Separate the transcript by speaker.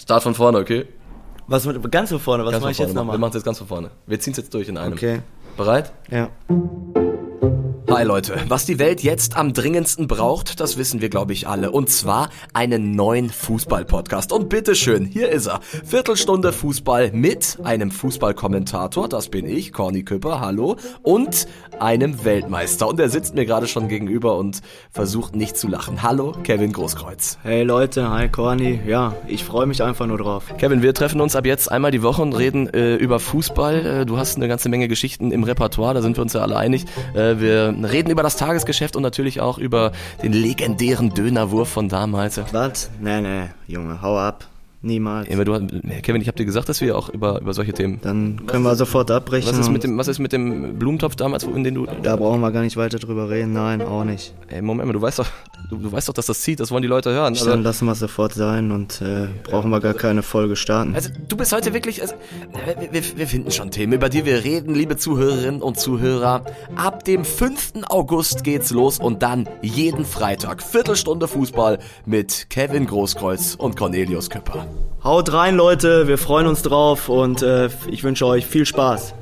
Speaker 1: Start von vorne, okay?
Speaker 2: Was mit, ganz von vorne, was
Speaker 1: Ganz von
Speaker 2: mache ich jetzt
Speaker 1: vorne. Wir
Speaker 2: nochmal?
Speaker 1: machen es jetzt ganz von vorne. Wir ziehen es jetzt durch in einem.
Speaker 2: Okay,
Speaker 1: Bereit?
Speaker 2: ja.
Speaker 1: Hi Leute, was die Welt jetzt am dringendsten braucht, das wissen wir glaube ich alle. Und zwar einen neuen Fußball-Podcast. Und bitteschön, hier ist er. Viertelstunde Fußball mit einem Fußballkommentator, das bin ich, Corny Küpper, hallo, und einem Weltmeister. Und er sitzt mir gerade schon gegenüber und versucht nicht zu lachen. Hallo, Kevin Großkreuz.
Speaker 2: Hey Leute, hi Corny. Ja, ich freue mich einfach nur drauf.
Speaker 1: Kevin, wir treffen uns ab jetzt einmal die Woche und reden äh, über Fußball. Äh, du hast eine ganze Menge Geschichten im Repertoire, da sind wir uns ja alle einig. Äh, wir reden über das Tagesgeschäft und natürlich auch über den legendären Dönerwurf von damals.
Speaker 2: Was? Nee, nee, Junge, hau ab. Niemals.
Speaker 1: Immer du, äh, Kevin, ich habe dir gesagt, dass wir auch über, über solche Themen.
Speaker 2: Dann können wir sofort abbrechen.
Speaker 1: Was ist, mit
Speaker 2: und-
Speaker 1: dem, was ist mit dem Blumentopf damals, wo- in den du.
Speaker 2: da brauchen wir gar nicht weiter drüber reden. Nein, auch nicht.
Speaker 1: Ey, Moment mal, du weißt doch, du, du weißt doch, dass das zieht, das wollen die Leute hören. Also,
Speaker 2: Dann lassen wir es sofort sein und äh, brauchen wir gar keine Folge starten.
Speaker 1: Also du bist heute wirklich. Also, wir, wir, wir finden schon Themen, über die wir reden, liebe Zuhörerinnen und Zuhörer. Ab dem 5. August geht's los und dann jeden Freitag Viertelstunde Fußball mit Kevin Großkreuz und Cornelius Köpper.
Speaker 2: Haut rein, Leute. Wir freuen uns drauf und äh, ich wünsche euch viel Spaß.